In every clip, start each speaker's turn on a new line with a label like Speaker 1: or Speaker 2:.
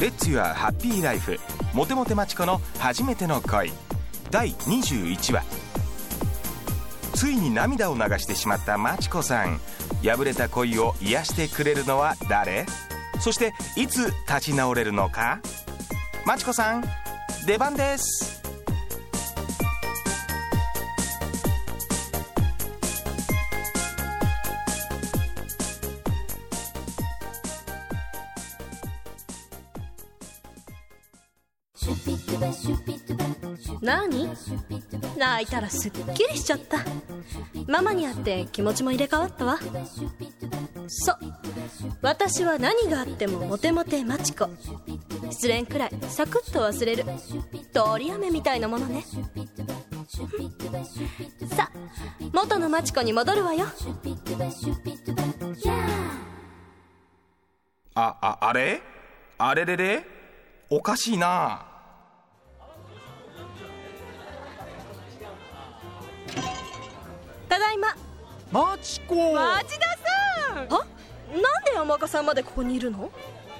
Speaker 1: レッツ・ユア・ハッピー・ライフモテモテマチコの初めての恋第21話ついに涙を流してしまったマチコさん破れた恋を癒してくれるのは誰そしていつ立ち直れるのかマチコさん出番です
Speaker 2: 何泣いたらすっきりしちゃったママに会って気持ちも入れ替わったわそう私は何があってもモテモテマチコ失恋くらいサクッと忘れる通り雨みたいなものねさあ元のマチコに戻るわよ
Speaker 1: あああれあれれれおかしいな
Speaker 2: ただいま
Speaker 3: マチコ
Speaker 4: 町田さん
Speaker 2: あなんで山岡さんまでここにいるの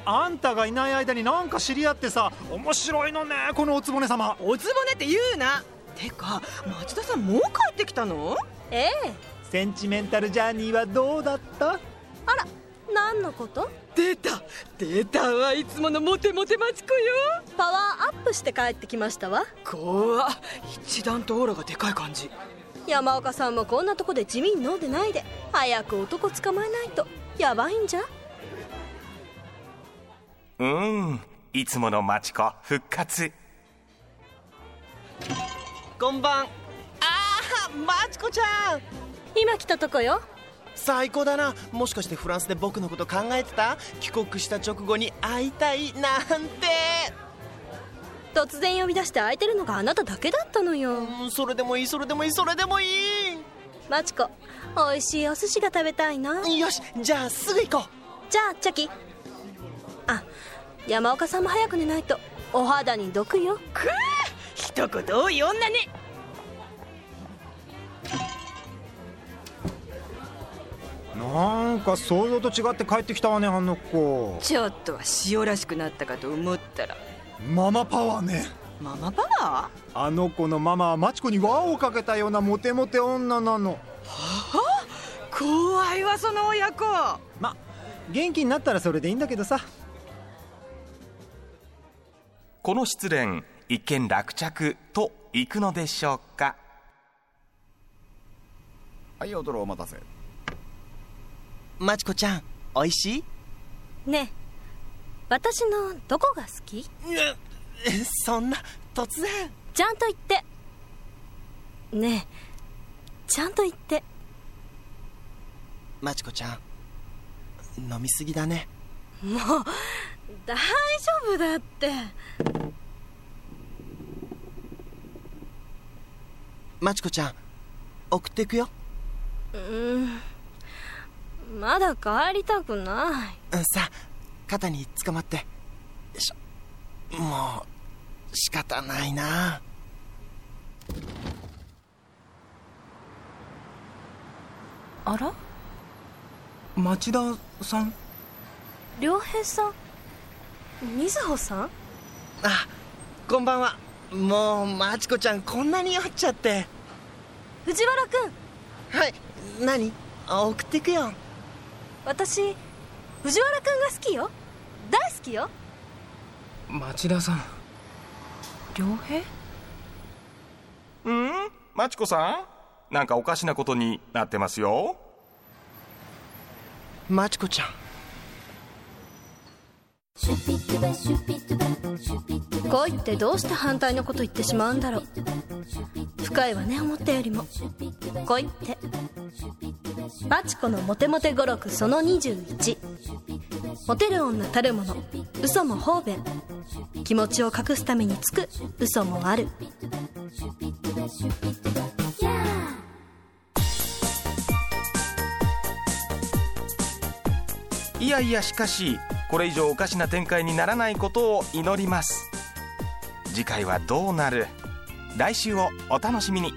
Speaker 3: あんたがいない間になんか知り合ってさ面白いのねこのおつぼね様
Speaker 4: おつぼねって言うなてか町田さんもう帰ってきたの
Speaker 2: ええ
Speaker 3: センチメンタルジャーニーはどうだった
Speaker 2: あら何のこと
Speaker 4: 出た出たはいつものモテモテ町子よ
Speaker 2: パワーアップして帰ってきましたわ
Speaker 4: 怖っ一段とオーラがでかい感じ
Speaker 2: 山岡さんもこんなとこで地味に飲んでないで早く男捕まえないとやばいんじゃ
Speaker 1: うーんいつものマチコ復活
Speaker 5: こんばん
Speaker 4: ああ町子ちゃん
Speaker 2: 今来たとこよ
Speaker 5: 最高だなもしかしてフランスで僕のこと考えてた帰国した直後に会いたいなんて
Speaker 2: 突然呼び出して空いてるのがあなただけだったのよ
Speaker 5: うんそれでもいいそれでもいいそれでもい
Speaker 2: マチコ美味しいお寿司が食べたいない
Speaker 5: よしじゃあすぐ行こ
Speaker 2: じゃあチョキあ山岡さんも早く寝ないとお肌に毒よ
Speaker 4: くー一言多い女ね
Speaker 3: なんか想像と違って帰ってきたわねあの子
Speaker 4: ちょっとは塩らしくなったかと思ったら
Speaker 3: ママパワーね
Speaker 4: ママパワー
Speaker 3: あの子のママはマチコに輪をかけたようなモテモテ女なの
Speaker 4: 怖いわその親子
Speaker 3: ま元気になったらそれでいいんだけどさ
Speaker 1: この失恋一見落着といくのでしょうか
Speaker 6: はいお泥お待たせ
Speaker 5: うマチコちゃんおいしい
Speaker 2: ねえ私のどこが好き
Speaker 5: えそんな突然
Speaker 2: ちゃんと言ってねえちゃんと言って
Speaker 5: マチコちゃん飲みすぎだね
Speaker 2: 大丈夫だって
Speaker 5: マチコちゃん送ってくよ
Speaker 2: まだ帰りたくない
Speaker 5: うんさ肩につかまってよいしょもう仕方ないな
Speaker 2: あら
Speaker 7: 町田さん
Speaker 2: 良平さん水穂さん
Speaker 5: あこんばんはもうマチコちゃんこんなに酔っちゃって
Speaker 2: 藤原君
Speaker 5: はい何あ送ってくよ
Speaker 2: 私藤原君が好きよ大好きよ
Speaker 7: 町田さん良平
Speaker 1: うんマチコさんなんかおかしなことになってますよ
Speaker 5: マチコちゃん
Speaker 2: 恋ってどうして反対のこと言ってしまうんだろう深いわね思ったよりも恋ってバチコのモテモテ語録その21モテる女たるもの嘘も方便気持ちを隠すためにつく嘘もある
Speaker 1: いやいやしかしこれ以上おかしな展開にならないことを祈ります次回はどうなる来週をお楽しみに